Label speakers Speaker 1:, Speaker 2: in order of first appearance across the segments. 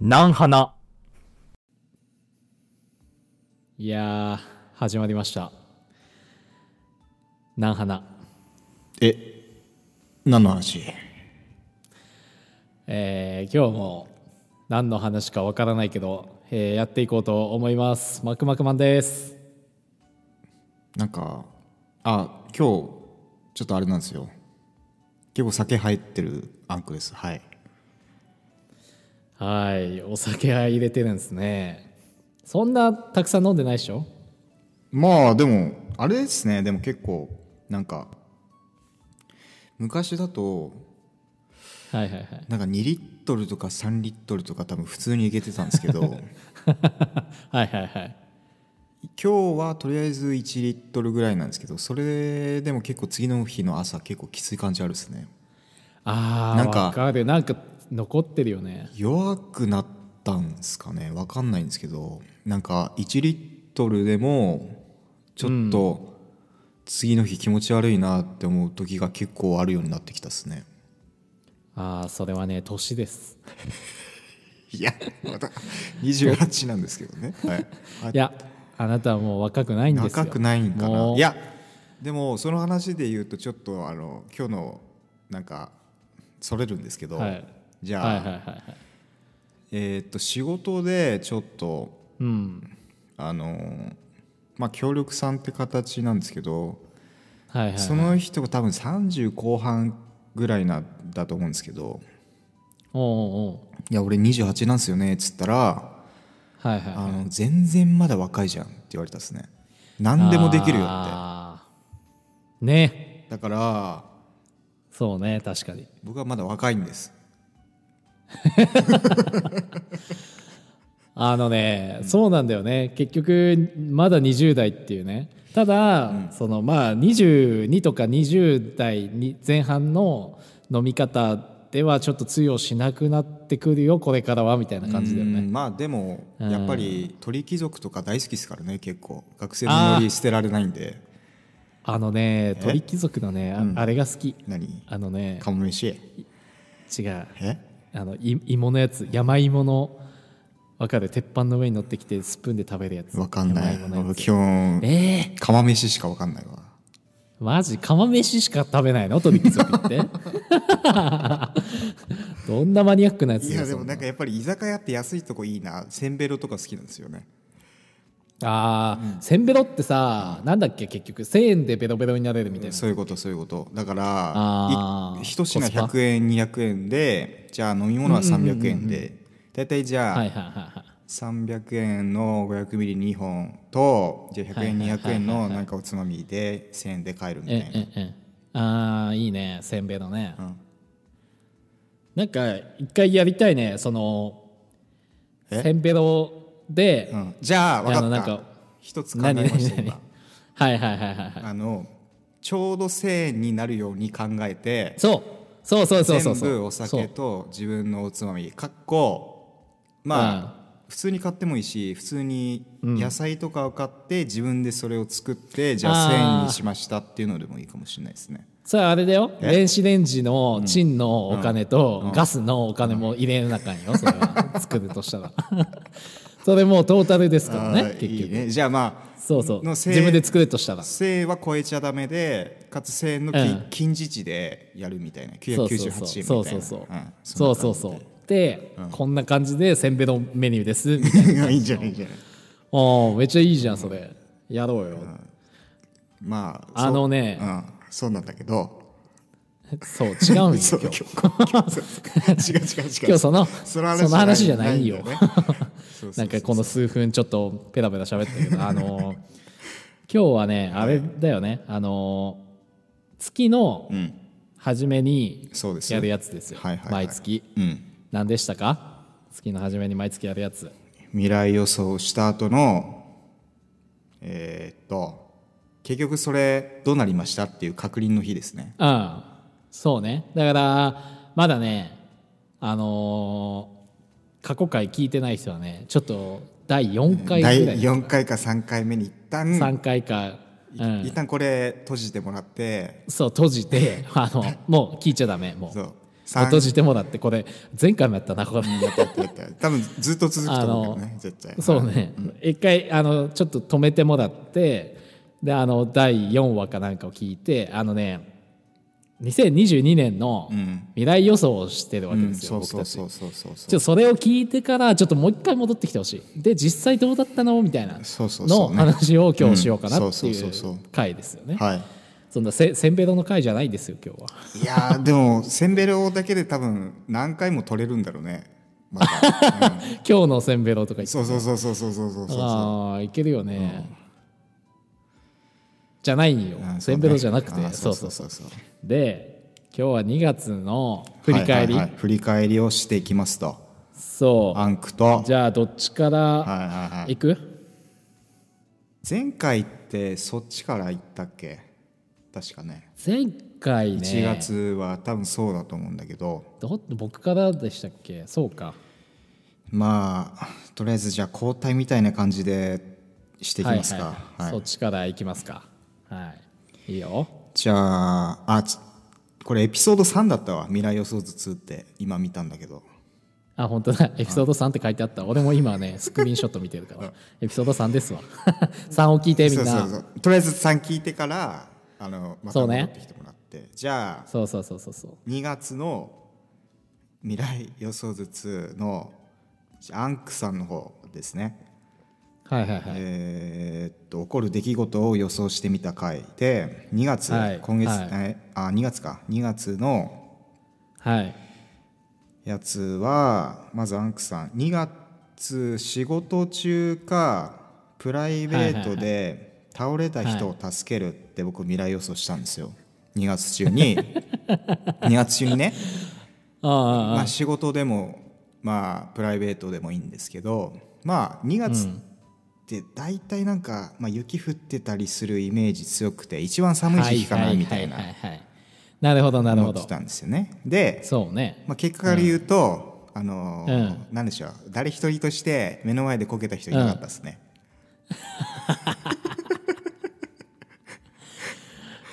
Speaker 1: なんはな。
Speaker 2: いやー始まりました南花
Speaker 3: え何の話
Speaker 2: えー、今日も何の話かわからないけど、えーやっていこうと思いますマクマクマンです
Speaker 3: なんかあ今日ちょっとあれなんですよ結構酒入ってるアンクですはい
Speaker 2: はいお酒は入れてるんですねそんなたくさん飲んでないでしょ
Speaker 3: まあでもあれですねでも結構なんか昔だと
Speaker 2: はいはいはい
Speaker 3: なんか2リットルとか3リットルとか多分普通にいけてたんですけど
Speaker 2: はい はいはい
Speaker 3: 今日はとりあえず1リットルぐらいなんですけどそれでも結構次の日の朝結構きつい感じあるですね
Speaker 2: あ
Speaker 3: な
Speaker 2: ー
Speaker 3: んか
Speaker 2: わかるなんか残ってるよね
Speaker 3: 弱くなったんですかねわかんないんですけどなんか1リットルでもちょっと次の日気持ち悪いなって思う時が結構あるようになってきたっすね
Speaker 2: ああそれはね年です
Speaker 3: いやまた28なんですけどね、 はいあ
Speaker 2: いやあなたはもう若くないんですよ
Speaker 3: 若くないんかな
Speaker 2: もう
Speaker 3: いやでもその話で言うとちょっとあの今日のなんかそれるんですけど、
Speaker 2: はい
Speaker 3: じゃ
Speaker 2: は
Speaker 3: あ、
Speaker 2: いはいはいはい
Speaker 3: えーっと仕事でちょっと
Speaker 2: うん
Speaker 3: あのーまあ協力さんって形なんですけど、
Speaker 2: はいはいはい
Speaker 3: その人が多分30後半ぐらいなんだと思うんですけど
Speaker 2: おうおうおう
Speaker 3: 「いや俺28なんすよね」っつったら
Speaker 2: はいは
Speaker 3: 「
Speaker 2: い
Speaker 3: あの全然まだ若いじゃん」って言われたんですね何でもできるよっ
Speaker 2: あーね
Speaker 3: てだから
Speaker 2: そうね確かに
Speaker 3: 僕はまだ若いんです
Speaker 2: あのね、そうなんだよね結局まだ20代っていうねただ、そのまあ22とか20代に前半の飲み方ではちょっと通用しなくなってくるよこれからはみたいな感じだよね
Speaker 3: うんまあでも
Speaker 2: うん
Speaker 3: やっぱり鳥貴族とか大好きですからね結構学生のノリ捨てられないんで
Speaker 2: あのね鳥貴族のねあ,、
Speaker 3: うん
Speaker 2: あれが好き
Speaker 3: 何
Speaker 2: あのね
Speaker 3: かもめし
Speaker 2: 違う
Speaker 3: え
Speaker 2: あのい芋のやつ山芋のわかる鉄板の上に乗ってきてスプーンで食べるやつ
Speaker 3: わかんない
Speaker 2: 山芋のや
Speaker 3: 僕
Speaker 2: つ
Speaker 3: 基本
Speaker 2: えー
Speaker 3: 釜飯しかわかんないわ
Speaker 2: マジ釜飯しか食べないの鳥貴族って どんなマニアックなやつ
Speaker 3: い
Speaker 2: だよ
Speaker 3: やでも
Speaker 2: そん
Speaker 3: なんかやっぱり居酒屋って安いとこいいなせんべろとか好きなんですよね
Speaker 2: ああ、せんべろってさなんだっけ結局1000円でベロベロになれるみたいな
Speaker 3: そういうことそういうことだから
Speaker 2: あー
Speaker 3: い一品
Speaker 2: コスパ
Speaker 3: 100円200円でじゃあ飲み物は300円で大体じ
Speaker 2: はい
Speaker 3: ゃあ
Speaker 2: はいはいはい
Speaker 3: 300円の500ミリ2本とじゃあ100円200円のなんかおつまみで1000円で買えるみた
Speaker 2: え
Speaker 3: いな
Speaker 2: ええああいいねせんべろね、
Speaker 3: ん
Speaker 2: なんか一回やりたいねそのせんべろで、
Speaker 3: うんじゃあ分
Speaker 2: あの
Speaker 3: か
Speaker 2: な
Speaker 3: っ
Speaker 2: んか
Speaker 3: た一つ考え
Speaker 2: 何
Speaker 3: まし
Speaker 2: 何
Speaker 3: た
Speaker 2: 何
Speaker 3: 今
Speaker 2: はいはいはいはいはい
Speaker 3: あのちょうど1000円になるように考えて
Speaker 2: そうそうそうそうそう
Speaker 3: 全
Speaker 2: そう
Speaker 3: 部お酒と自分のおつまみかっこまあ、普通に買ってもいいし普通に野菜とかを買って自分でそれを作って、じゃあ
Speaker 2: あー
Speaker 3: 1000円にしましたっていうのでもいいかもしれないですね
Speaker 2: それあれだよ電子レンジのチンのお金とガスのお金も入れなあかんよそれは作るとしたら それもうトータルですから
Speaker 3: あ
Speaker 2: ね
Speaker 3: ー
Speaker 2: 結
Speaker 3: いい
Speaker 2: 局
Speaker 3: ねじゃあまあ
Speaker 2: そうそう
Speaker 3: の
Speaker 2: 自
Speaker 3: せい
Speaker 2: 分で作るとしたら
Speaker 3: 1000円は超えちゃダメでかつ1000円のき、
Speaker 2: うん
Speaker 3: 近似値でやるみたいな
Speaker 2: そうそうそう
Speaker 3: 998円みたい
Speaker 2: そうそ
Speaker 3: な
Speaker 2: うそう
Speaker 3: うん
Speaker 2: そ
Speaker 3: ん
Speaker 2: う
Speaker 3: な感じ
Speaker 2: そうそうでこんな感じでせんべろメニューですみた い
Speaker 3: いやいいんじゃないいいんじゃない
Speaker 2: なおーめっちゃいいじゃんそれやろうよ
Speaker 3: まあ
Speaker 2: あのね
Speaker 3: そう,、うん、そうなんだけど
Speaker 2: そう違うんよ
Speaker 3: そう
Speaker 2: 今
Speaker 3: 今
Speaker 2: 日
Speaker 3: 日今日 そう違う違う違う
Speaker 2: 今日その
Speaker 3: そ
Speaker 2: そ
Speaker 3: の
Speaker 2: の
Speaker 3: 話
Speaker 2: 話じゃない
Speaker 3: ない
Speaker 2: よ
Speaker 3: んだよねそうそ
Speaker 2: な
Speaker 3: うん
Speaker 2: かこの数分ちょっとペラペラ喋ったけ どあの今日はねあれだよねあの月の
Speaker 3: うん
Speaker 2: 初めに
Speaker 3: そうです
Speaker 2: やるやつですよ
Speaker 3: はいはいはい
Speaker 2: 毎月
Speaker 3: うん
Speaker 2: 何でしたか月の初めに毎月やるやつ
Speaker 3: 未来予想した後のえーっと結局それどうなりましたっていう確認の日ですね
Speaker 2: うんそうねだからまだねあの過去回聞いてない人はねちょっと第4回ぐらい
Speaker 3: 第4回か3回目に一旦、
Speaker 2: 3回か、うん
Speaker 3: 一旦これ閉じてもらって
Speaker 2: そう閉じてあのもう聞いちゃダメもう
Speaker 3: そう三
Speaker 2: 閉じてもだってこれ前回もやったなこれ
Speaker 3: やったやったやった多分ずっと続くと思うけどね絶対
Speaker 2: そうね、一回あのちょっと止めてもらってであの第4話かなんかを聞いてあのね2022年の
Speaker 3: うん
Speaker 2: 未来予想をしてるわ
Speaker 3: う
Speaker 2: けで
Speaker 3: ん
Speaker 2: すよ、
Speaker 3: そう
Speaker 2: 僕
Speaker 3: そう
Speaker 2: たち。ちょ
Speaker 3: そうそうそう
Speaker 2: っとそれを聞いてからちょっともう一回戻ってきてほしいで実際どうだったのみたいな
Speaker 3: そうそう
Speaker 2: の
Speaker 3: そうね
Speaker 2: 話を今日しようかな
Speaker 3: うん
Speaker 2: って
Speaker 3: そう
Speaker 2: い
Speaker 3: そううそうそう
Speaker 2: 回ですよね
Speaker 3: はい
Speaker 2: そんなせせんべろの回じゃないですよ今 日は。
Speaker 3: いやーでもセンベロだけで多分何回も取れるんだろうねまた、うん
Speaker 2: 今日のせんべろとか言って
Speaker 3: そうそうそうそうそうそうそうそう
Speaker 2: ああいけるよね、じゃないよ
Speaker 3: うん
Speaker 2: せんべろじゃなく
Speaker 3: そうね
Speaker 2: て
Speaker 3: あ
Speaker 2: そうそう
Speaker 3: そうそうそう
Speaker 2: で今日は2月の振り返り、
Speaker 3: はいはいはい振り返りをしていきますと
Speaker 2: そ
Speaker 3: アンクと
Speaker 2: うじゃあどっちから
Speaker 3: はいはいはい
Speaker 2: 行く、
Speaker 3: 前回ってそっちから行ったっけ確かね
Speaker 2: 前回ね
Speaker 3: 1月は多分そうだと思うんだけど
Speaker 2: ど僕からでしたっけそうか
Speaker 3: まあとりあえずじゃあ交代みたいな感じでしていきますか
Speaker 2: はいはい
Speaker 3: は
Speaker 2: そ
Speaker 3: い
Speaker 2: っちから行きますかはいいいよ
Speaker 3: じゃああちこれエピソード3だったわ未来予想図2って今見たんだけど
Speaker 2: あ本当だエピソード3って書いてあった俺も今 ねスクリーンショット見てるからエピソード3ですわ 3を聞いてみん
Speaker 3: そう
Speaker 2: な
Speaker 3: そうそうとりあえず3聞いてからあのまた
Speaker 2: そうね
Speaker 3: 戻ってきてもらって、じゃあ
Speaker 2: そうそうそうそうそう
Speaker 3: 2月の未来予想図2のアンクさんの方ですね、
Speaker 2: はいはいはい、
Speaker 3: えーっと起こる出来事を予想してみた回で2月、
Speaker 2: はい
Speaker 3: 今月、
Speaker 2: はい
Speaker 3: えあ2月か2月の
Speaker 2: はい
Speaker 3: やつはまずアンクさん2月仕事中かプライベートで倒れた人を助けるって僕未来予想したんですよ2月中 に2月中にね
Speaker 2: ああ
Speaker 3: まあ、仕事でもまあプライベートでもいいんですけどまあ2月って大体なんか、まあ、雪降ってたりするイメージ強くて一番寒い時期かなみたい
Speaker 2: はは
Speaker 3: な
Speaker 2: ははいなるほどなるほ
Speaker 3: 思って
Speaker 2: ど
Speaker 3: たんですよね。で、
Speaker 2: そうね
Speaker 3: まあ、結果から言うと、あのー
Speaker 2: うん
Speaker 3: なんでしょう誰一人として目の前でこけた人いなかったですね。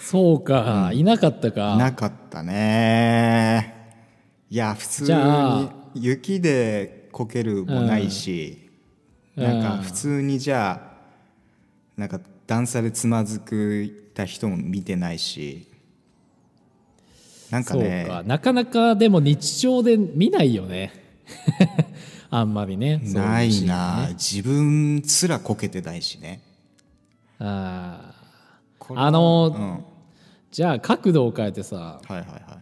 Speaker 2: そうか、いなかったか
Speaker 3: なかったねいや普通
Speaker 2: じゃあ
Speaker 3: に雪でこけるもないし、
Speaker 2: うん
Speaker 3: なん
Speaker 2: うん
Speaker 3: か普通にじゃあなんか段差でつまずくた人も見てないしなんか
Speaker 2: そう
Speaker 3: ね
Speaker 2: かなかなかでも日常で見ないよね あんまりねそう
Speaker 3: な
Speaker 2: う
Speaker 3: い
Speaker 2: シーン
Speaker 3: な自分すらこけてないしね
Speaker 2: あー
Speaker 3: これは
Speaker 2: あの
Speaker 3: う
Speaker 2: ー、
Speaker 3: んは
Speaker 2: じゃあ角度を変えてさ
Speaker 3: いはいは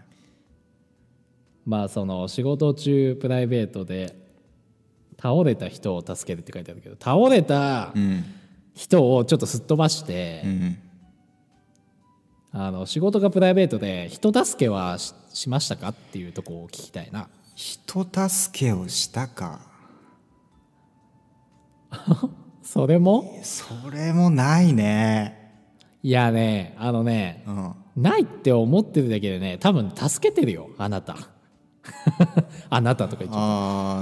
Speaker 2: まあその仕事中プライベートで倒れた人を助けるって書いてあるけど倒れた
Speaker 3: いうん
Speaker 2: 人をちょっとすっ飛ばして、
Speaker 3: うん
Speaker 2: あの仕事がプライベートで人助けはししましたかっていうとこを聞きたいな
Speaker 3: 人助けをしたか
Speaker 2: それも
Speaker 3: それもないね
Speaker 2: いやねあのね
Speaker 3: うん
Speaker 2: ないって思ってるだけでね多分助けてるよあなた あなたとか言っちゃう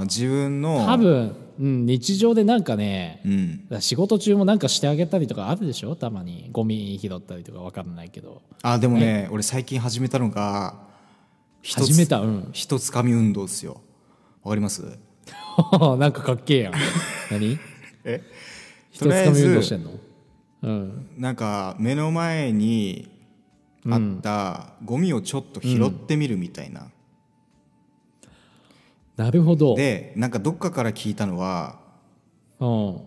Speaker 3: あー自分の
Speaker 2: 多分、うん、日常でなんかね
Speaker 3: う、ん
Speaker 2: だから仕事中もなんかしてあげたりとかあるでしょたまにゴミ拾ったりとかわかんないけど
Speaker 3: あでもね俺最近始めたのが一つ
Speaker 2: 始めたうん
Speaker 3: 一つかみ運動っすよわかります
Speaker 2: なんかかっ けえやん何
Speaker 3: え
Speaker 2: 一
Speaker 3: と
Speaker 2: つ
Speaker 3: りあ
Speaker 2: か
Speaker 3: え
Speaker 2: み運動して
Speaker 3: ず
Speaker 2: んのうん
Speaker 3: なんか目の前にあったゴミをちょっと拾ってみるみたいな、
Speaker 2: なるほど
Speaker 3: でなんかどっかから聞いたのは
Speaker 2: うん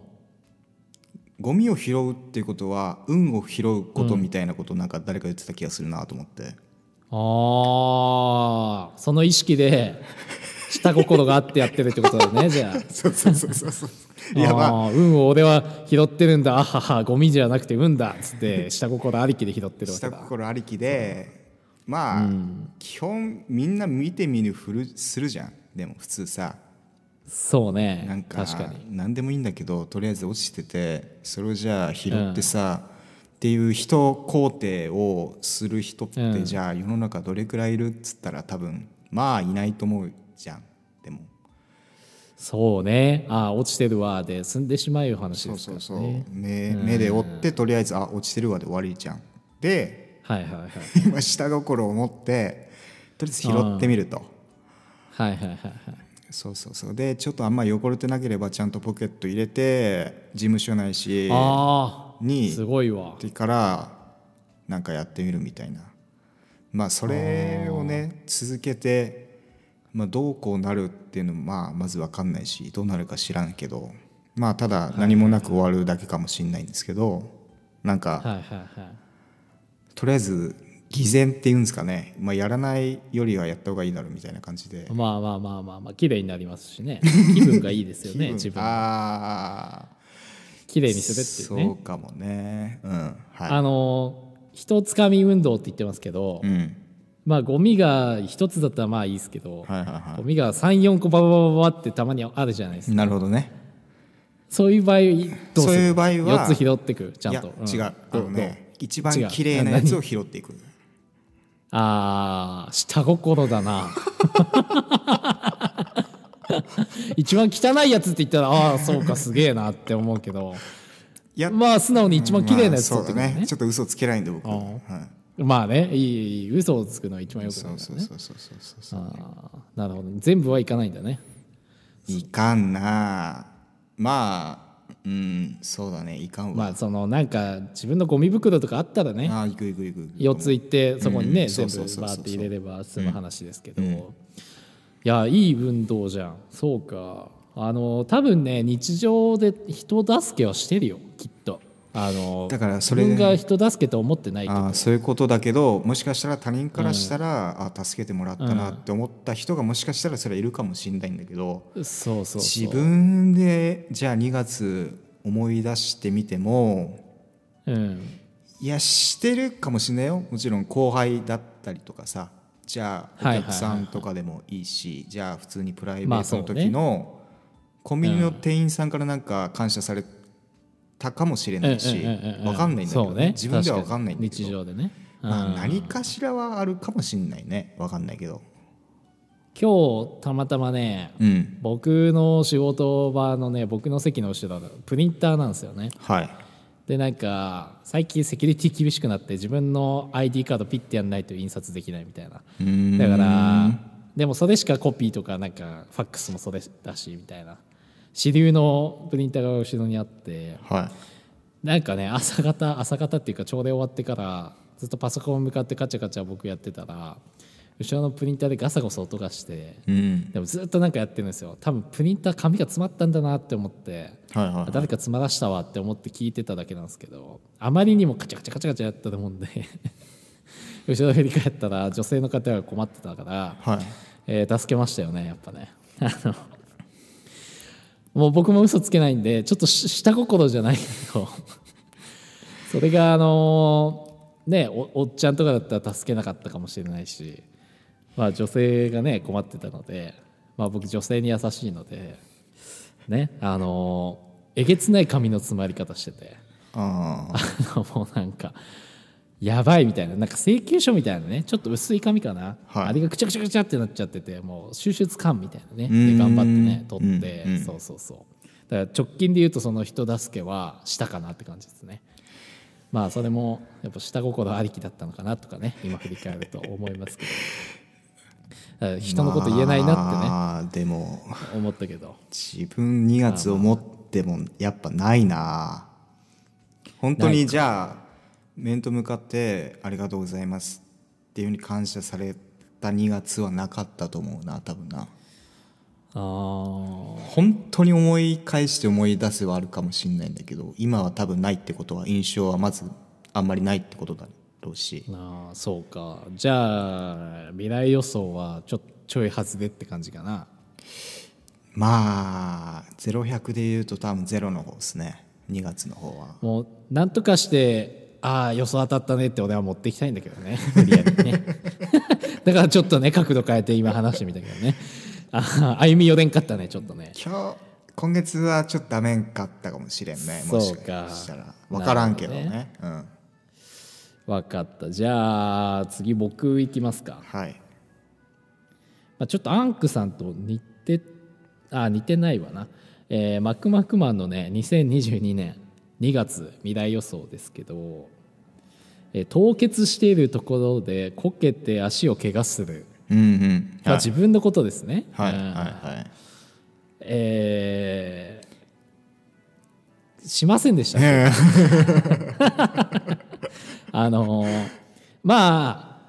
Speaker 3: ゴミを拾うっていうことは運を拾うことみたいなことなんか誰か言ってた気がするなと思って、
Speaker 2: ああその意識で下心があってやってるってことだよねじ ゃあ。
Speaker 3: そうそうそうそうそういやまあ
Speaker 2: あー運を俺は拾ってるんだあははゴミじゃなくて運だっつって下心ありきで拾ってるわけ
Speaker 3: 下
Speaker 2: だ
Speaker 3: 心ありきでまあ、基本みんな見て見ぬふるするじゃんでも普通さ
Speaker 2: そうね
Speaker 3: なんか
Speaker 2: 確かに
Speaker 3: 何でもいいんだけどとりあえず落ちててそれをじゃあ拾ってさ、っていう人肯定をする人って、
Speaker 2: うん
Speaker 3: じゃあ世の中どれくらいいるっつったら多分まあいないと思うじゃんでも
Speaker 2: そうねあー落ちてるわで済んでしまう話
Speaker 3: そ
Speaker 2: で
Speaker 3: う
Speaker 2: すか
Speaker 3: そ
Speaker 2: ら
Speaker 3: う
Speaker 2: ね
Speaker 3: そう、目目で追ってとりあえずあ落ちてるわで終わりじゃんで
Speaker 2: はいはいはい
Speaker 3: 今下心を持ってとりあえず拾ってみると
Speaker 2: はいはいはいはい
Speaker 3: そうそうそうでちょっとあんま汚れてなければちゃんとポケット入れて事務所ないし
Speaker 2: ああす
Speaker 3: に
Speaker 2: ごいわ
Speaker 3: ってからなんかやってみるみたいなまあそれをね続けて、まあ、どうこうなるっていうのもまあまず分かんないしどうなるか知らんけどまあただ何もなく終わるだけかもしんないんですけどなんか、
Speaker 2: はいはいはい
Speaker 3: とりあえず偽善っていうんですかね、まあ、やらないよりはやった方がいいだろうみたいな感じで
Speaker 2: まあまあまあまあまあ綺麗になりますしね 気分がいいですよ
Speaker 3: 気分
Speaker 2: ね自分
Speaker 3: ああ
Speaker 2: 綺麗にするっていう
Speaker 3: そ
Speaker 2: ね
Speaker 3: うかもねうんは
Speaker 2: あの人つかみ運動って言ってますけど、
Speaker 3: いうん
Speaker 2: まあゴミが一つだったらまあいいですけど、
Speaker 3: はいはいは
Speaker 2: ゴミが34個バババババってたまにあるじゃないです
Speaker 3: い
Speaker 2: か
Speaker 3: なるほどね
Speaker 2: そういう場合どうする
Speaker 3: そういう場合は
Speaker 2: 4つ拾ってくちゃんと、
Speaker 3: いや違うあ
Speaker 2: ど
Speaker 3: の
Speaker 2: どう
Speaker 3: ね一番
Speaker 2: 違う
Speaker 3: 綺麗なやつを拾っていく
Speaker 2: あー下心だな 一番汚いやつって言ったらああそうかすげえなって思うけど
Speaker 3: いや
Speaker 2: まあ素直に一番綺麗なやつ
Speaker 3: ま
Speaker 2: 取っ
Speaker 3: あそ
Speaker 2: て
Speaker 3: う
Speaker 2: く
Speaker 3: だ
Speaker 2: る
Speaker 3: ね
Speaker 2: ね
Speaker 3: ちょっと嘘つけないんで僕
Speaker 2: ああ
Speaker 3: は
Speaker 2: まあねいいいい嘘をつくのは一番よ
Speaker 3: い
Speaker 2: く
Speaker 3: そ
Speaker 2: ないうか
Speaker 3: そ
Speaker 2: ら
Speaker 3: う
Speaker 2: ね
Speaker 3: そうそうそうそうそう
Speaker 2: あーなるほど全部はいかないんだね
Speaker 3: いかんなまあうんそうだねいかん
Speaker 2: ま
Speaker 3: わ
Speaker 2: あそのなんか自分のゴミ袋とかあったらね
Speaker 3: ああいくいくいくいく
Speaker 2: 4ついってそこにね、
Speaker 3: うん
Speaker 2: 全部
Speaker 3: そうそうそうそ
Speaker 2: バ
Speaker 3: う
Speaker 2: ーって入れれば済む話ですけど、
Speaker 3: うん
Speaker 2: いやいい運動じゃんそうかあの多分ね日常で人助けはしてるよきっとあの
Speaker 3: だからそれ
Speaker 2: 自分が人助けと思ってないけど
Speaker 3: ああそういうことだけどもしかしたら他人からしたら、あ助けてもらったなって思った人がもしかしたらそれはいるかもしれないんだけど、
Speaker 2: そうそうそう
Speaker 3: 自分でじゃあ2月思い出してみても
Speaker 2: うん
Speaker 3: いやしてるかもしれないよもちろん後輩だったりとかさじゃあ
Speaker 2: は
Speaker 3: お
Speaker 2: いはい
Speaker 3: 客
Speaker 2: はい
Speaker 3: さんとかでもいいし、じゃあ普通にプライベ
Speaker 2: まあ
Speaker 3: ート
Speaker 2: そう
Speaker 3: の
Speaker 2: ね
Speaker 3: 時の、コンビニの店員さんからなんか感謝されたかもしれないし、
Speaker 2: う
Speaker 3: わ
Speaker 2: んうんうう
Speaker 3: 分かんないんだけ
Speaker 2: そ
Speaker 3: ど、
Speaker 2: うね
Speaker 3: 自分では分かんないんだ
Speaker 2: 確
Speaker 3: け
Speaker 2: に日
Speaker 3: ど
Speaker 2: 常でね、
Speaker 3: ま
Speaker 2: う
Speaker 3: あ、
Speaker 2: ん
Speaker 3: 何かしらはあるかもしんないね分かんないけど
Speaker 2: 今日たまたまね、
Speaker 3: うん
Speaker 2: 僕の仕事場のね僕の席の後ろだプリンターなんですよね
Speaker 3: はい
Speaker 2: でなんか最近セキュリティ厳しくなって自分の ID カードピッてやんないと印刷できないみたいな
Speaker 3: うーん
Speaker 2: だからでもそれしかコピーとかなんかファックスもそれだしみたいな主流のプリンターが後ろにあって
Speaker 3: は
Speaker 2: なんかね朝方朝方っていうか朝礼終わってからずっとパソコン向かってカチャカチャ僕やってたら後ろのプリンターでガサゴサ音がして
Speaker 3: いうん
Speaker 2: でもずっとなんかやってるんですよ多分プリンター紙が詰まったんだなって思って
Speaker 3: はいはいはい
Speaker 2: 誰か詰まらしたわって思って聞いてただけなんですけどあまりにもカチャカチャカチャカチャやったもんで 後ろ振り返ったら女性の方が困ってたから、
Speaker 3: はい
Speaker 2: えー助けましたよねやっぱね あのもう僕も嘘つけないんでちょっとし下心じゃないけど それがあのーねおおっちゃんとかだったら助けなかったかもしれないしまあ女性がね困ってたのでまあ僕女性に優しいのでねあのーえげつない髪の詰まり方してて
Speaker 3: あ
Speaker 2: あ
Speaker 3: あ
Speaker 2: のもうなんかやばいみたいななんか請求書みたいなねちょっと薄い紙かな、
Speaker 3: はい
Speaker 2: あれがくちゃくちゃくちゃってなっちゃっててもう収集つかんみたいなね
Speaker 3: う
Speaker 2: で
Speaker 3: ん
Speaker 2: 頑張ってね取って
Speaker 3: うんうん
Speaker 2: そうそうそうだから直近で言うとその人助けはしたかなって感じですねまあそれもやっぱ下心ありきだったのかなとかね今振り返ると思います けどだから人のこと言えないなっ
Speaker 3: まあでも
Speaker 2: てね思ったけど
Speaker 3: 自分2月を持ってもやっぱないな本当にじゃあ面と向かって「ありがとうございます」っていうふうに感謝された2月はなかったと思うな多分な
Speaker 2: あー
Speaker 3: 本当に思い返して思い出せはあるかもしれないんだけど今は多分ないってことは印象はまずあんまりないってことだろうし
Speaker 2: ああそうかじゃあ未来予想はちょちょい外れって感じかな
Speaker 3: まあ0100で言うと多分ゼロの方ですね2月の方は
Speaker 2: もうなんとかしてああ予想当たったねって俺は持っていきたいんだけどね無理やりね だからちょっとね角度変えて今話してみたけどねああ歩み寄れんかったねちょっとね
Speaker 3: 今日今月はちょっとダメんかったかもしれんね
Speaker 2: そうか
Speaker 3: もしかしたら分からんけどね
Speaker 2: な
Speaker 3: うん
Speaker 2: 分かったじゃあ次僕行きますか、
Speaker 3: はい
Speaker 2: まあ、ちょっとアンクさんと似てあ似てないわな、えーマクマクマンのね2022年2月未来予想ですけど、えー凍結しているところでこけて足を怪我する
Speaker 3: うんうん
Speaker 2: まあ、
Speaker 3: はい
Speaker 2: 自分のことですね、
Speaker 3: はい
Speaker 2: うん
Speaker 3: はいはい
Speaker 2: えーしませんでした、
Speaker 3: ええ
Speaker 2: あのーま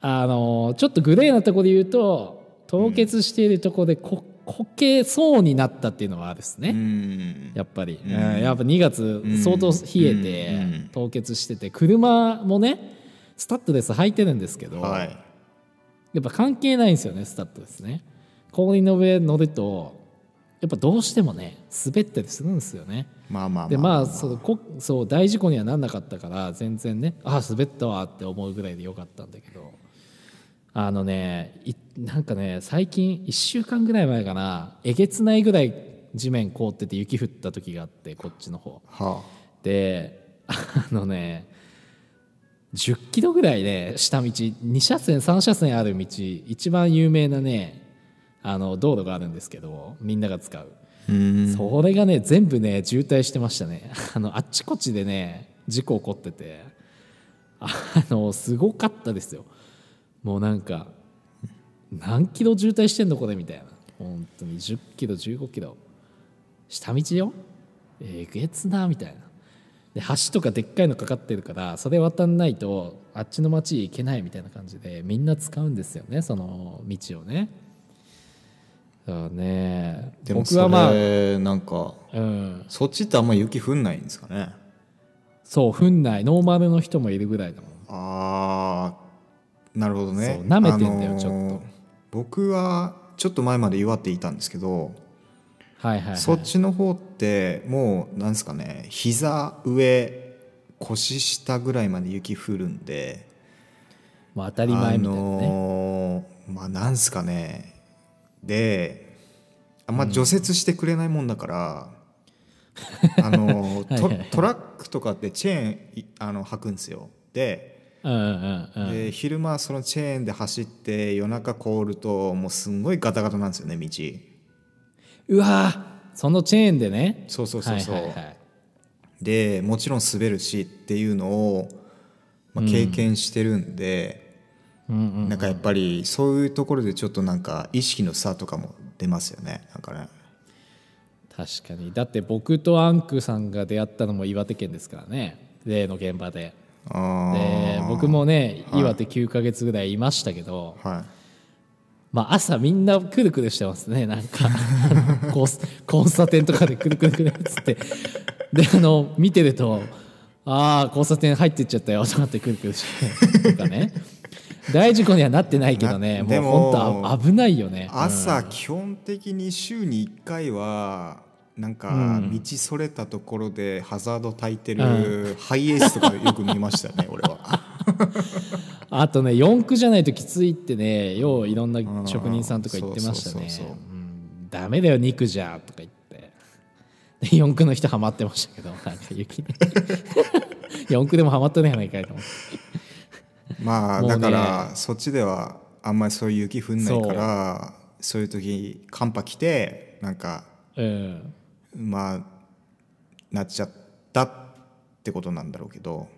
Speaker 2: ああのーちょっとグレーなところで言うと凍結しているところでここけそうになったっていうのはですね、
Speaker 3: うん
Speaker 2: やっぱり、
Speaker 3: うん
Speaker 2: うんやっぱ2月
Speaker 3: うん
Speaker 2: 相当冷えて、
Speaker 3: うん
Speaker 2: 凍結してて車もねスタッドレス履いてるんですけど、
Speaker 3: はい
Speaker 2: やっぱ関係ないんですよねスタッドレスね氷の上乗るとやっぱどうしてもね滑ったりするんですよね
Speaker 3: まあまあ
Speaker 2: でまあそうこそう大事故にはなんなかったから全然ねああ滑ったわって思うぐらいでよかったんだけどあのねいなんかね最近1週間ぐらい前かなえげつないぐらい地面凍ってて雪降った時があってこっちの方
Speaker 3: は
Speaker 2: であのね1 0キロぐらいね下道2車線3車線ある道一番有名なねあの道路があるんですけどみんなが使う。
Speaker 3: あうん
Speaker 2: それがね全部ね渋滞してましたね あのあっちこっちでね事故起こっててあのすごかったですよもうなんか何キロ渋滞してんのこれみたいな本当に1 0キロ1 5キロ下道よえげつなみたいなで橋とかでっかいのかかってるからそれ渡んないとあっちの町行けないみたいな感じでみんな使うんですよねその道をねだからね
Speaker 3: でも
Speaker 2: 僕
Speaker 3: それ
Speaker 2: はまあ
Speaker 3: なんか
Speaker 2: うん、
Speaker 3: そっちってあんま雪降んないんですかね
Speaker 2: そう踏んないノーマルの人もいるぐらいだもん
Speaker 3: あーなるほどね
Speaker 2: そう舐めてんだよちょっと
Speaker 3: 僕はちょっと前まで岩手いたんですけど、
Speaker 2: はいはい、はい、
Speaker 3: そっちの方ってもうなんですかね膝上腰下ぐらいまで雪降るんで
Speaker 2: もう当たり前みたいな
Speaker 3: あ
Speaker 2: ね、
Speaker 3: のーまあなんすかねであんま除雪してくれないもんだ から、あのーと
Speaker 2: はいはいはい
Speaker 3: トラックとかってチェーンいあの履くんですよで
Speaker 2: うんうんうん
Speaker 3: で昼間そのチェーンで走って夜中凍るともうすんごいガタガタなんですよね道
Speaker 2: うわーそのチェーンでね
Speaker 3: そうそうそうそう、
Speaker 2: はいはいはい
Speaker 3: でもちろん滑るしっていうのを、まあ、経験してるんで、
Speaker 2: うんうん
Speaker 3: なんかやっぱりそういうところでちょっとなんか意識の差とかも出ますよねなんかね
Speaker 2: 確かにだって僕とアンクさんが出会ったのも岩手県ですからね例の現場で
Speaker 3: あ
Speaker 2: で
Speaker 3: ー
Speaker 2: 僕もね岩手9ヶ月ぐらいいましたけど、
Speaker 3: は
Speaker 2: まあ、朝みんなくるくるしてますねなんかあの交差交差点とかでくるくるくるっつってであの見てると「ああ交差点入ってっちゃったよ」とかってくるくるしてとかね大事故にはなってないけどね
Speaker 3: な
Speaker 2: もう
Speaker 3: でも
Speaker 2: 本当あ危ないよね
Speaker 3: い、朝基本的に週に1回はなんか道それたところでハザード焚いてるハイエースとかよく見ましたね俺は
Speaker 2: あとね四駆じゃないときついってねよういろんな職人さんとか言ってました
Speaker 3: うん
Speaker 2: ね
Speaker 3: そうそうそうそう
Speaker 2: うんダメだよ肉じゃとか言ってで四駆の人ハマってましたけどなんか雪 で四駆でもハマったねやないかいと思って。
Speaker 3: まあ、
Speaker 2: もうね
Speaker 3: だからそっちではあんまりそういう雪降んないからそういう時寒波来てなんか
Speaker 2: うん
Speaker 3: まあなっちゃったってことなんだろうけど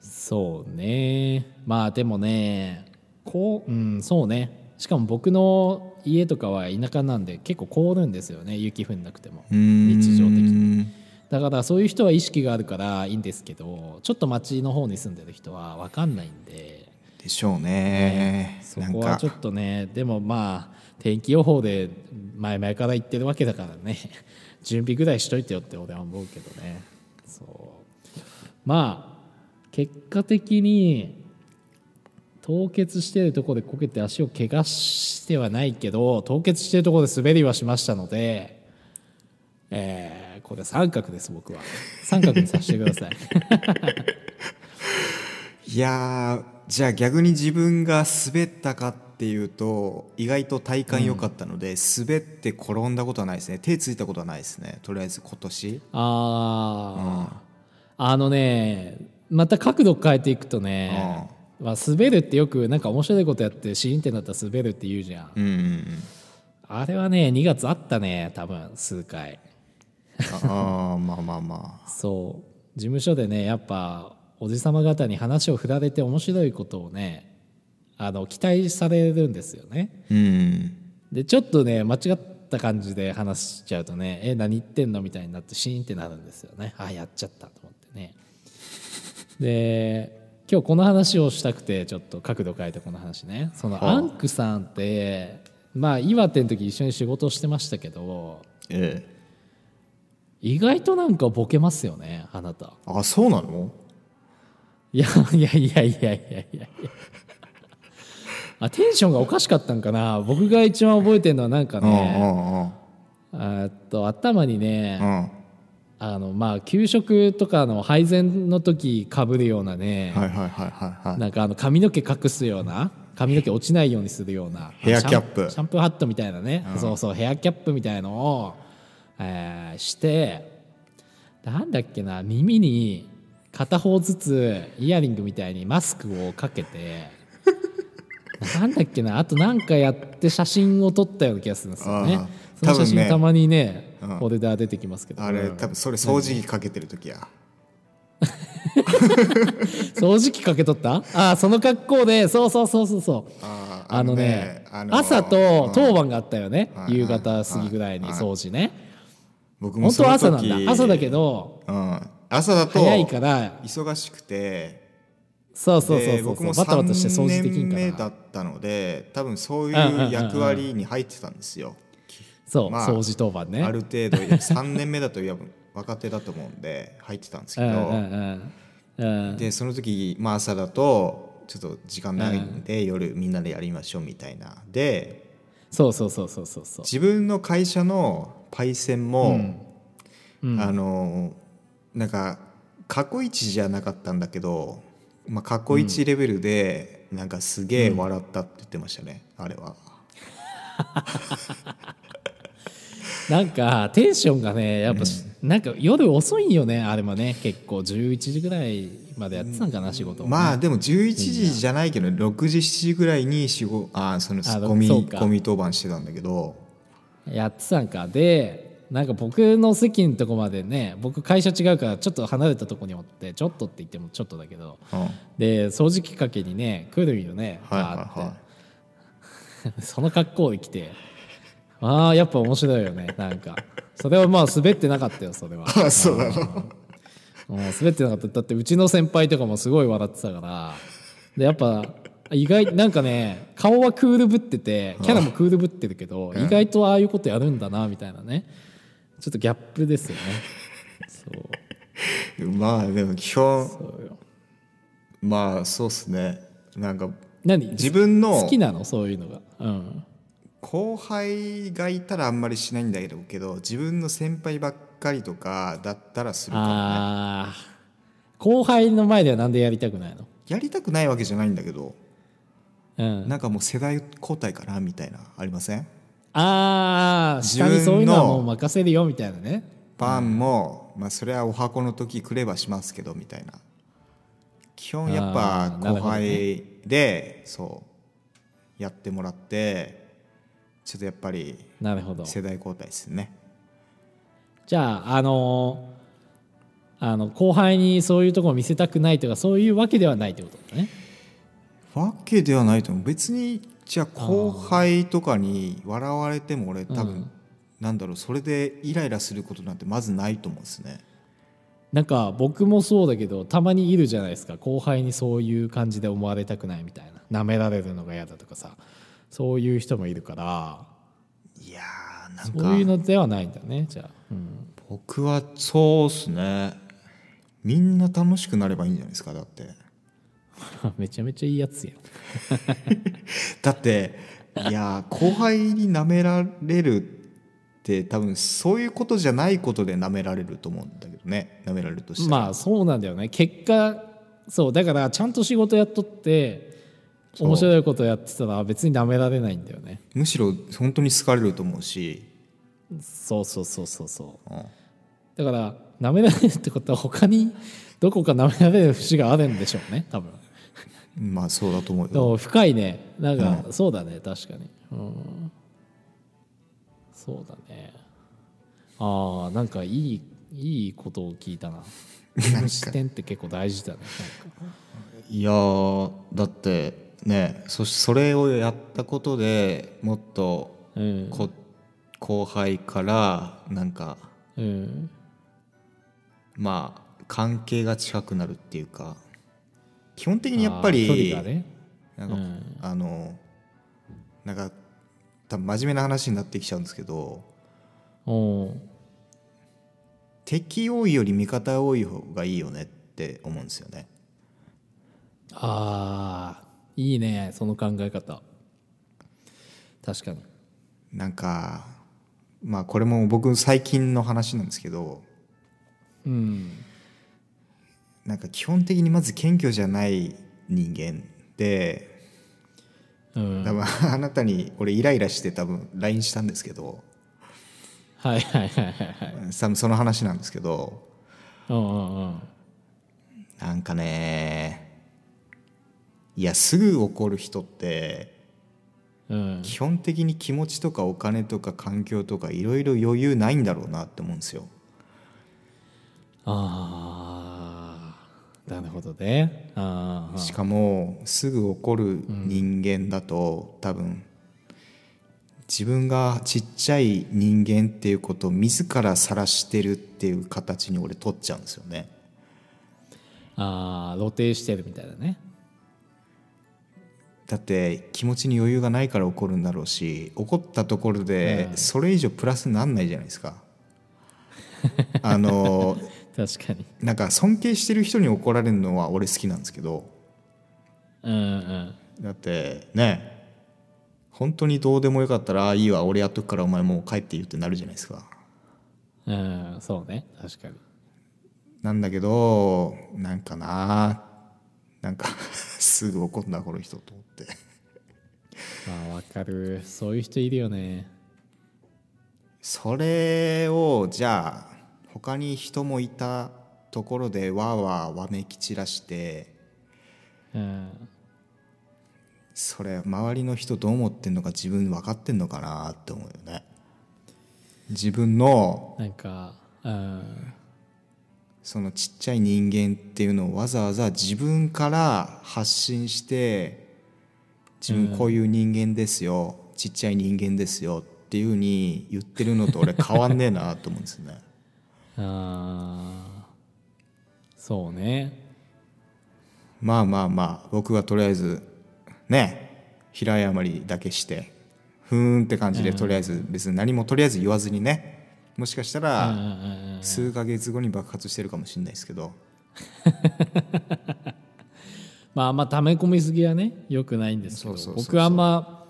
Speaker 2: そうねまあでもねこううんそうねしかも僕の家とかは田舎なんで結構凍るんですよね雪降んなくても
Speaker 3: 日
Speaker 2: 日常的に
Speaker 3: に
Speaker 2: だからそういう人は意識があるからいいんですけどちょっと町の方に住んでる人は分かんないんで
Speaker 3: でしょうね
Speaker 2: そ
Speaker 3: なん
Speaker 2: こは
Speaker 3: か
Speaker 2: ちょっとねでもまあ天気予報で前々から言ってるわけだからね 準備ぐらいしといてよって俺は思うけどねそうまあ結果的に凍結してるところでこけて足を怪我してはないけど凍結してるところで滑りはしましたのでえーこれ三角です僕は三角にさせてください
Speaker 3: いやーじゃあ逆に自分が滑ったかっていうと意外と体感良かったので、滑って転んだことはないですね手ついたことはないですねとりあえず今年
Speaker 2: ああ、あのねまた角度変えていくとね、まあ、滑るってよくなんか面白いことやってシーンってなったら滑るって言うじゃん、
Speaker 3: うんう んうん
Speaker 2: あれはね2月あったね多分数回
Speaker 3: ああーまあまあまあ
Speaker 2: そう事務所でねやっぱおじさま方に話を振られて面白いことをねあの期待されるんですよね。
Speaker 3: うん
Speaker 2: でちょっとね間違った感じで話しちゃうとね「え何言ってんの?」みたいになってシーンってなるんですよね。あやっちゃったと思ってね。で今日この話をしたくてちょっと角度変えてこの話ね。その
Speaker 3: はあ
Speaker 2: アンクさんってまあ岩手の時一緒に仕事をしてましたけど
Speaker 3: ええ
Speaker 2: 意外となんかボケますよねあなた。
Speaker 3: あそうなの
Speaker 2: いやいやいやいやいやいやいやあテンションがおかしかったんかな僕が一番覚えてるのはなんか
Speaker 3: うん
Speaker 2: ねえっと頭にね、
Speaker 3: うんうんうん
Speaker 2: あのまあ給食とかの配膳の時かぶるようなね、
Speaker 3: はいはいはいはいはい
Speaker 2: なんかあの髪の毛隠すような髪の毛落ちないようにするような
Speaker 3: ヘアキャップ
Speaker 2: シャンシャンプーハットみたいなね、そうそうヘアキャップみたいのを、えーしてなんだっけな耳に片方ずつイヤリングみたいにマスクをかけ てなんだっけなあとなんかやって写真を撮ったような気がするんですよね
Speaker 3: あ。ー
Speaker 2: その写
Speaker 3: 多分
Speaker 2: 真
Speaker 3: ね
Speaker 2: たまにね、
Speaker 3: うん
Speaker 2: フォルダ出てきますけど、
Speaker 3: あれ
Speaker 2: うん
Speaker 3: 多分それ掃除機かけてる時や
Speaker 2: 掃除機かけとったああその格好でそうそうそうそうそう
Speaker 3: あー
Speaker 2: あのね
Speaker 3: あのね
Speaker 2: 朝
Speaker 3: う
Speaker 2: と
Speaker 3: ん
Speaker 2: 当番があったよね、
Speaker 3: はいはい
Speaker 2: 夕方過ぎぐらいに
Speaker 3: はい
Speaker 2: 掃除ね、
Speaker 3: 僕
Speaker 2: 本
Speaker 3: も
Speaker 2: 当
Speaker 3: そ
Speaker 2: は
Speaker 3: の
Speaker 2: 朝
Speaker 3: 時
Speaker 2: なんだ朝だけど
Speaker 3: うん朝だと
Speaker 2: 早いから
Speaker 3: 忙しくて
Speaker 2: そうそうそう
Speaker 3: で
Speaker 2: そう
Speaker 3: 僕
Speaker 2: そう
Speaker 3: も
Speaker 2: バタバタして掃
Speaker 3: 3
Speaker 2: 除でき
Speaker 3: 年
Speaker 2: んか
Speaker 3: 目
Speaker 2: ら
Speaker 3: だったので多分そうい
Speaker 2: んうんうんう
Speaker 3: うん役割に入ってたんですよ
Speaker 2: そう、
Speaker 3: まあ
Speaker 2: 掃除当番ね
Speaker 3: ある程度3年目だといや若手だと思うんで入ってたんですけ
Speaker 2: うんうんう
Speaker 3: ど
Speaker 2: んうん
Speaker 3: でその時まあ朝だとちょっと時間ないんで夜みんなでやりましょうみたいなで
Speaker 2: そうそうそうそうそうそう
Speaker 3: 自分の会社のパイセンも、あのなんか過去一じゃなかったんだけど、まあ、過去一レベルで、なんかすげえ笑ったって言ってましたね、あれは。
Speaker 2: なんかテンションがねやっぱし、なんか夜遅いんよねあれもね結構11時ぐらいまでやってたんかな仕事もね
Speaker 3: まあでも11時じゃないけど6時7時ぐらいに仕事あその
Speaker 2: あ
Speaker 3: ゴミ
Speaker 2: そうか
Speaker 3: ゴミ当番してたんだけど
Speaker 2: やってたんかでなんか僕の席のとこまでね僕会社違うからちょっと離れたとこにおってちょっとって言ってもちょっとだけど
Speaker 3: うん
Speaker 2: で掃除機かけにね来るんよね、
Speaker 3: はいはい
Speaker 2: バーっ
Speaker 3: は
Speaker 2: て その格好で来てああやっぱ面白いよねなんかそれはまあ滑ってなかったよそ れは
Speaker 3: いあ そうなの
Speaker 2: うん滑ってなかっただってうちの先輩とかもすごい笑ってたからでやっぱ意外なんかね顔はクールぶっててキャラもクールぶってるけど意外とああいうことやるんだなみたいなねちょっとギャップですよねそう
Speaker 3: まあでも基本
Speaker 2: そうよ
Speaker 3: まあそうっすねなんか
Speaker 2: 何
Speaker 3: 自分の
Speaker 2: 好きなのそういうのがうん
Speaker 3: 後輩がいたらあんまりしないんだけどけど自分の先輩ばっかりとかだったらするかもね
Speaker 2: あー後輩の前ではなんでやりたくないの
Speaker 3: やりたくないわけじゃないんだけど
Speaker 2: うん
Speaker 3: なんかもう世代交代かなみたいなありません
Speaker 2: ああ下にそういうのはもう任せるよみたいなね
Speaker 3: パンも、まあそれはお箱の時くればしますけどみたいな基本やっぱ
Speaker 2: あーな
Speaker 3: 後
Speaker 2: るほど
Speaker 3: 輩で、そうやってもらってちょっとやっぱり
Speaker 2: なるほど
Speaker 3: 世代交代ですね
Speaker 2: じゃあ、あのーあの後輩にそういうところ見せたくないとかそういうわけではないってことだね。
Speaker 3: わけではないと思う別にじゃあ後輩とかに笑われても俺多分、
Speaker 2: うん
Speaker 3: なんだろうそれでイライラすることなんてまずないと思うんですね
Speaker 2: なんか僕もそうだけどたまにいるじゃないですか後輩にそういう感じで思われたくないみたいな舐められるのが嫌だとかさそういう人もいるから
Speaker 3: いやーなんか
Speaker 2: そういうのではないんだねじゃあ、うん
Speaker 3: 僕はそうっすねみんな楽しくなればいいんじゃないですかだって。
Speaker 2: めちゃめちゃいいやつやん
Speaker 3: だっていや ー後輩に舐められるって多分そういうことじゃないことで舐められると思うんだけどね舐められるとしたら、
Speaker 2: まあそうなんだよね結果そうだからちゃんと仕事やっとって
Speaker 3: そう
Speaker 2: 面白いことやってたら別に舐められないんだよね
Speaker 3: むしろ本当に好かれると思うし、
Speaker 2: そうそうそうそうそう
Speaker 3: うん
Speaker 2: だから舐められるってことは他にどこか舐められる節があるんでしょうね多分
Speaker 3: まあそうだと思う
Speaker 2: で
Speaker 3: よ
Speaker 2: も深いねなんか、そうだね確かにうんそうだねああんかいいいいことを聞いたな視点って結構大事だねなんか
Speaker 3: いやーだってねそそれをやったことでもっと
Speaker 2: うん
Speaker 3: こ後輩からなんか
Speaker 2: うん
Speaker 3: まあ関係が近くなるっていうか基本的にやっぱ
Speaker 2: あー距
Speaker 3: り
Speaker 2: 離がね
Speaker 3: なんか、
Speaker 2: うん
Speaker 3: あのなんか多分真面目な話になってきちゃうんですけど
Speaker 2: おー
Speaker 3: 敵多いより味方多い方がいいよねって思うんですよね。
Speaker 2: あーいいねその考え方確かに
Speaker 3: なんかまあこれも僕最近の話なんですけど
Speaker 2: うん
Speaker 3: なんか基本的にまず謙虚じゃない人間で
Speaker 2: うん
Speaker 3: 多分あなたに俺イライラして多分 LINE したんですけど
Speaker 2: はいはいはいはいはい
Speaker 3: 多分その話なんですけど
Speaker 2: うんうんうん
Speaker 3: なんかねいやすぐ怒る人って
Speaker 2: うん
Speaker 3: 基本的に気持ちとかお金とか環境とかいろいろ余裕ないんだろうなって思うんですよ。
Speaker 2: ああなるほどねあー
Speaker 3: しかもすぐ怒る人間だと多分自分がちっちゃい人間っていうことを自ら晒してるっていう形に俺取っちゃうんですよね。
Speaker 2: あー露呈してるみたいだね
Speaker 3: だって気持ちに余裕がないから怒るんだろうし怒ったところでそれ以上プラスになんないじゃないですか。あの
Speaker 2: 確かに
Speaker 3: なんか尊敬してる人に怒られるのは俺好きなんですけど
Speaker 2: うんうん
Speaker 3: だってね本当にどうでもよかったら「ああいいわ俺やっとくからお前もう帰って言う」ってなるじゃないですか。
Speaker 2: うんそうね確かに
Speaker 3: なんだけどなんかななんか すぐ怒んなこの人と思って
Speaker 2: まあわかるそういう人いるよね
Speaker 3: それをじゃあ他に人もいたところでわーわーわめき散らして
Speaker 2: うん
Speaker 3: それ周りの人どう思ってんのか自分分かってんのかなって思うよね自分の
Speaker 2: なんかうん
Speaker 3: そのちっちゃい人間っていうのをわざわざ自分から発信して自分こういう人間ですよ、ちっちゃい人間ですよっていうふうに言ってるのと俺変わんねえなと思うんです よね
Speaker 2: あーそうね
Speaker 3: まあまあまあ僕はとりあえずね平謝りだけしてふーんって感じでとりあえず別に何もとりあえず言わずにねもしかした
Speaker 2: うんうん
Speaker 3: ら
Speaker 2: うん
Speaker 3: 数ヶ月後に爆発してるかもしれないですけど
Speaker 2: まああんま溜め込みすぎはねよくないんですけど
Speaker 3: そうそうそうそう
Speaker 2: 僕はあんま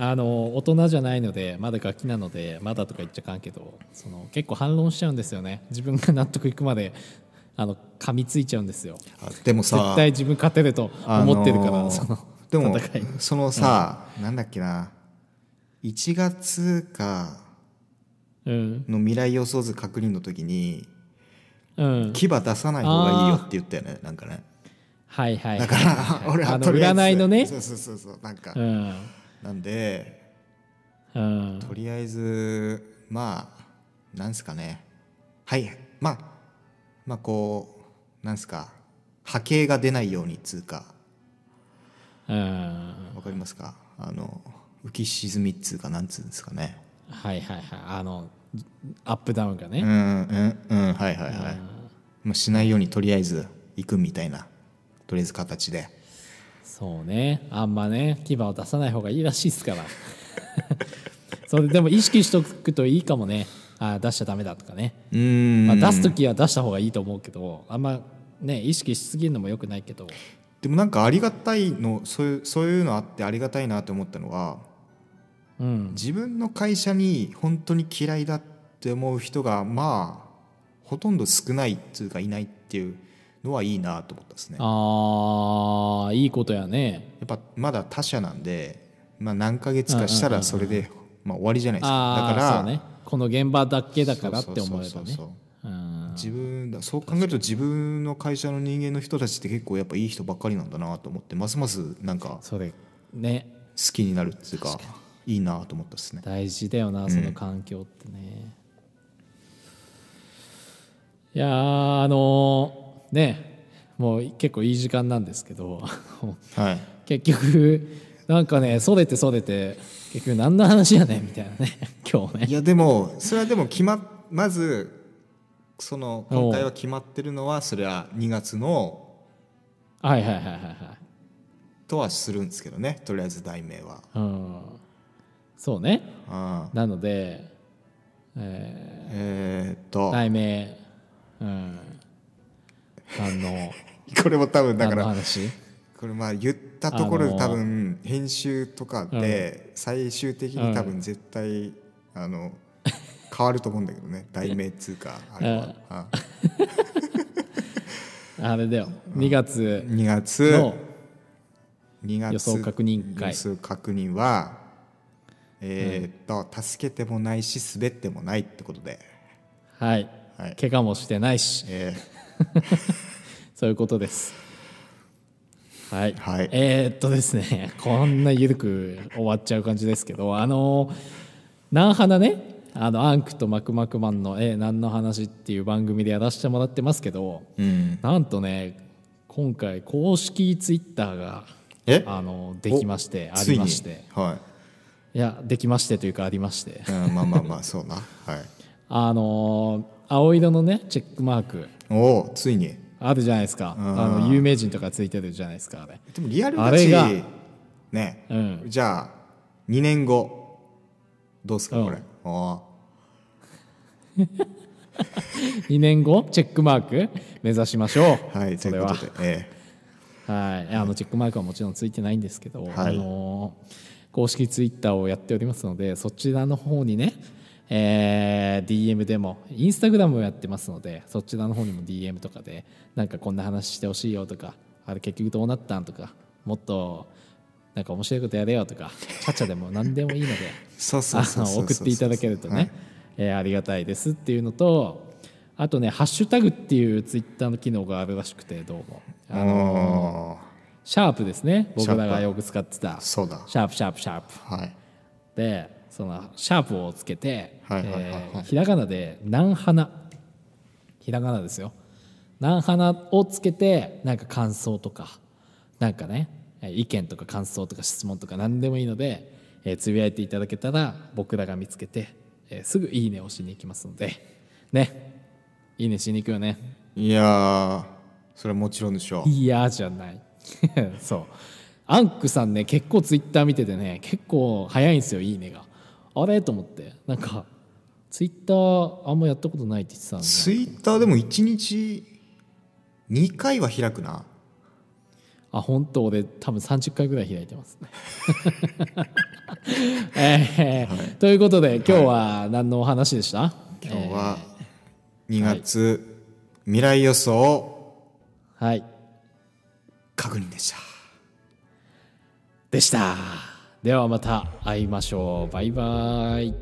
Speaker 2: あの大人じゃないのでまだガキなのでまだとか言っちゃかんけどその結構反論しちゃうんですよね自分が納得いくまであの噛みついちゃうんですよ
Speaker 3: あでもさ
Speaker 2: 絶対自分勝てると思ってるから、
Speaker 3: あのー
Speaker 2: その
Speaker 3: でも
Speaker 2: 戦い
Speaker 3: そのさ、なんだっけな1月か
Speaker 2: うん
Speaker 3: の未来予想図確認の時に
Speaker 2: うん
Speaker 3: 牙出さない方がいいよって言ったよねなんかね
Speaker 2: はいはい
Speaker 3: だから俺は
Speaker 2: あの
Speaker 3: とりあえず
Speaker 2: 占いのね
Speaker 3: そうそうそうそうなんか、
Speaker 2: うん
Speaker 3: なんで
Speaker 2: うん
Speaker 3: とりあえずまあなんすかねはいまあまあこうなんすか波形が出ないようにつうか
Speaker 2: うん
Speaker 3: わかりますかあの浮き沈みっつうかなんつうんですかね
Speaker 2: はいはいはいあのアップダウンがね、
Speaker 3: うんうんうんはいはいはい、まあ、しないようにとりあえず行くみたいなとりあえず形で
Speaker 2: そうねあんまね牙を出さない方がいいらしいですから それでも意識しとくといいかもねあー出しちゃダメだとかね、
Speaker 3: うーん、
Speaker 2: まあ、出す時は出した方がいいと思うけどあんまね意識しすぎるのもよくないけど
Speaker 3: でもなんかありがたいのそういうそういうのあってありがたいなと思ったのは
Speaker 2: うん
Speaker 3: 自分の会社に本当に嫌いだって思う人がまあほとんど少ないっていうかいないっていうのはいいなと思ったですねや
Speaker 2: あーいいことやね
Speaker 3: っぱまだ他社なんで、まあ、何ヶ月かしたらそれで、まあ、終わりじゃないですか
Speaker 2: あ
Speaker 3: だ
Speaker 2: あ
Speaker 3: から
Speaker 2: そうねこの現場だけだからって思え
Speaker 3: そ
Speaker 2: ば
Speaker 3: うそうそう
Speaker 2: ね
Speaker 3: そ
Speaker 2: う
Speaker 3: う
Speaker 2: ん
Speaker 3: 自分だそう考えると自分の会社の人間の人たちって結構やっぱいい人ばっかりなんだなと思ってますますなんか好
Speaker 2: それね
Speaker 3: きになるっていうかいいなと思ったですね
Speaker 2: 大事だよなその環境ってね、いやーあのーねもう結構いい時間なんですけど
Speaker 3: はい
Speaker 2: 結局なんかねそれてそれて結局何の話やねんみたいなね 今日ね
Speaker 3: いやでもそれはでも決ままずその今回は決まってるのはそれは2月の
Speaker 2: はいはいはいはいはい
Speaker 3: とはするんですけどねとりあえず題名は。
Speaker 2: うんそうね
Speaker 3: ああ
Speaker 2: なので、え
Speaker 3: えーっ
Speaker 2: ー、
Speaker 3: と、
Speaker 2: 題名うん何の
Speaker 3: これも多分だか
Speaker 2: 何の
Speaker 3: ら
Speaker 2: 話
Speaker 3: これまあ言ったところ
Speaker 2: あのー
Speaker 3: で多分編集とかで最終的に多分絶対あの変わると思うんだ けどね題名っつうかあれはあ
Speaker 2: あれだよ2月
Speaker 3: 2月
Speaker 2: の
Speaker 3: 2月
Speaker 2: 予想確認会
Speaker 3: 予想確認はえーっと助けてもないし滑ってもないってことで
Speaker 2: はい、
Speaker 3: はい
Speaker 2: 怪我もしてないし
Speaker 3: え
Speaker 2: そういうことです。はい、
Speaker 3: はい
Speaker 2: えーっとですね、 こんな緩く終わっちゃう感じですけど、あの、ナンハナね、あの、アンクとマクマクマンの、えー、何の話っていう番組でやらせてもらってますけど、
Speaker 3: ーうん
Speaker 2: なんとね、今回、公式ツイッターが、
Speaker 3: え
Speaker 2: あの、できまして、あ
Speaker 3: つ
Speaker 2: り
Speaker 3: いに
Speaker 2: まして、
Speaker 3: はい
Speaker 2: や、できましてというか、ありまして、
Speaker 3: いうんまあまあまあそうなはい
Speaker 2: あの、青色のね、チェックマーク、
Speaker 3: おおついに
Speaker 2: あるじゃないですか、
Speaker 3: ん
Speaker 2: あの有名人とかついてるじゃないですか、あれ。
Speaker 3: でもリアル
Speaker 2: あ
Speaker 3: ガ
Speaker 2: れ
Speaker 3: チ
Speaker 2: が
Speaker 3: ね、
Speaker 2: うん
Speaker 3: じゃあ2年後どうすかこれ、
Speaker 2: うん
Speaker 3: あ
Speaker 2: 2年後チェックマーク目指しましょう
Speaker 3: あはい
Speaker 2: そ
Speaker 3: と
Speaker 2: れ
Speaker 3: いうこ
Speaker 2: は
Speaker 3: とで、え
Speaker 2: はいあのチェックマークはもちろんついてないんですけど、
Speaker 3: はい
Speaker 2: あのー公式ツイッターをやっておりますのでそちらの方にねえー DM でもインスタグラムをやってますのでそちらの方にも DM とかでなんかこんな話してほしいよとかあれ結局どうなったんとかもっとなんか面白いことやれよとかちゃちゃでも何でもいいので
Speaker 3: そうそ う
Speaker 2: あ
Speaker 3: そう
Speaker 2: の
Speaker 3: そう
Speaker 2: 送っていただけるとね、えーありがたいですっていうのとあとね「ハッシュタグ」っていうツイッターの機能があるらしくてどうもあ
Speaker 3: あ
Speaker 2: の
Speaker 3: の
Speaker 2: シャープですね
Speaker 3: シ
Speaker 2: 僕
Speaker 3: ャープ
Speaker 2: らがよく使ってた「シ
Speaker 3: そうだ
Speaker 2: ャープシャープシャープ
Speaker 3: はい」
Speaker 2: でその「シャープ」をつけて、
Speaker 3: はいはいはいはい
Speaker 2: えーひらがなで「なんはな」ひらがなですよ「なんはな」をつけてなんか感想とかなんかねえー意見とか感想とか質問とか何でもいいので、えーつぶやいていただけたら僕らが見つけて、えーすぐ「いいね」をしに行きますのでねいいねしに行くよね
Speaker 3: いやーそれはもちろんでしょう
Speaker 2: いやじゃない そうアンクさんね結構ツイッター見ててね結構早いんですよいいねがあれと思ってなんかツイッターあんまやったことないって言ってたんで
Speaker 3: ツイッターでも1日2回は開くな
Speaker 2: あ本当俺多分30回ぐらい開いてます、 えーということで今日は何のお話でした、
Speaker 3: 今日は2月、未来予想
Speaker 2: はい
Speaker 3: 確認でした
Speaker 2: でしたではまた会いましょうバイバイ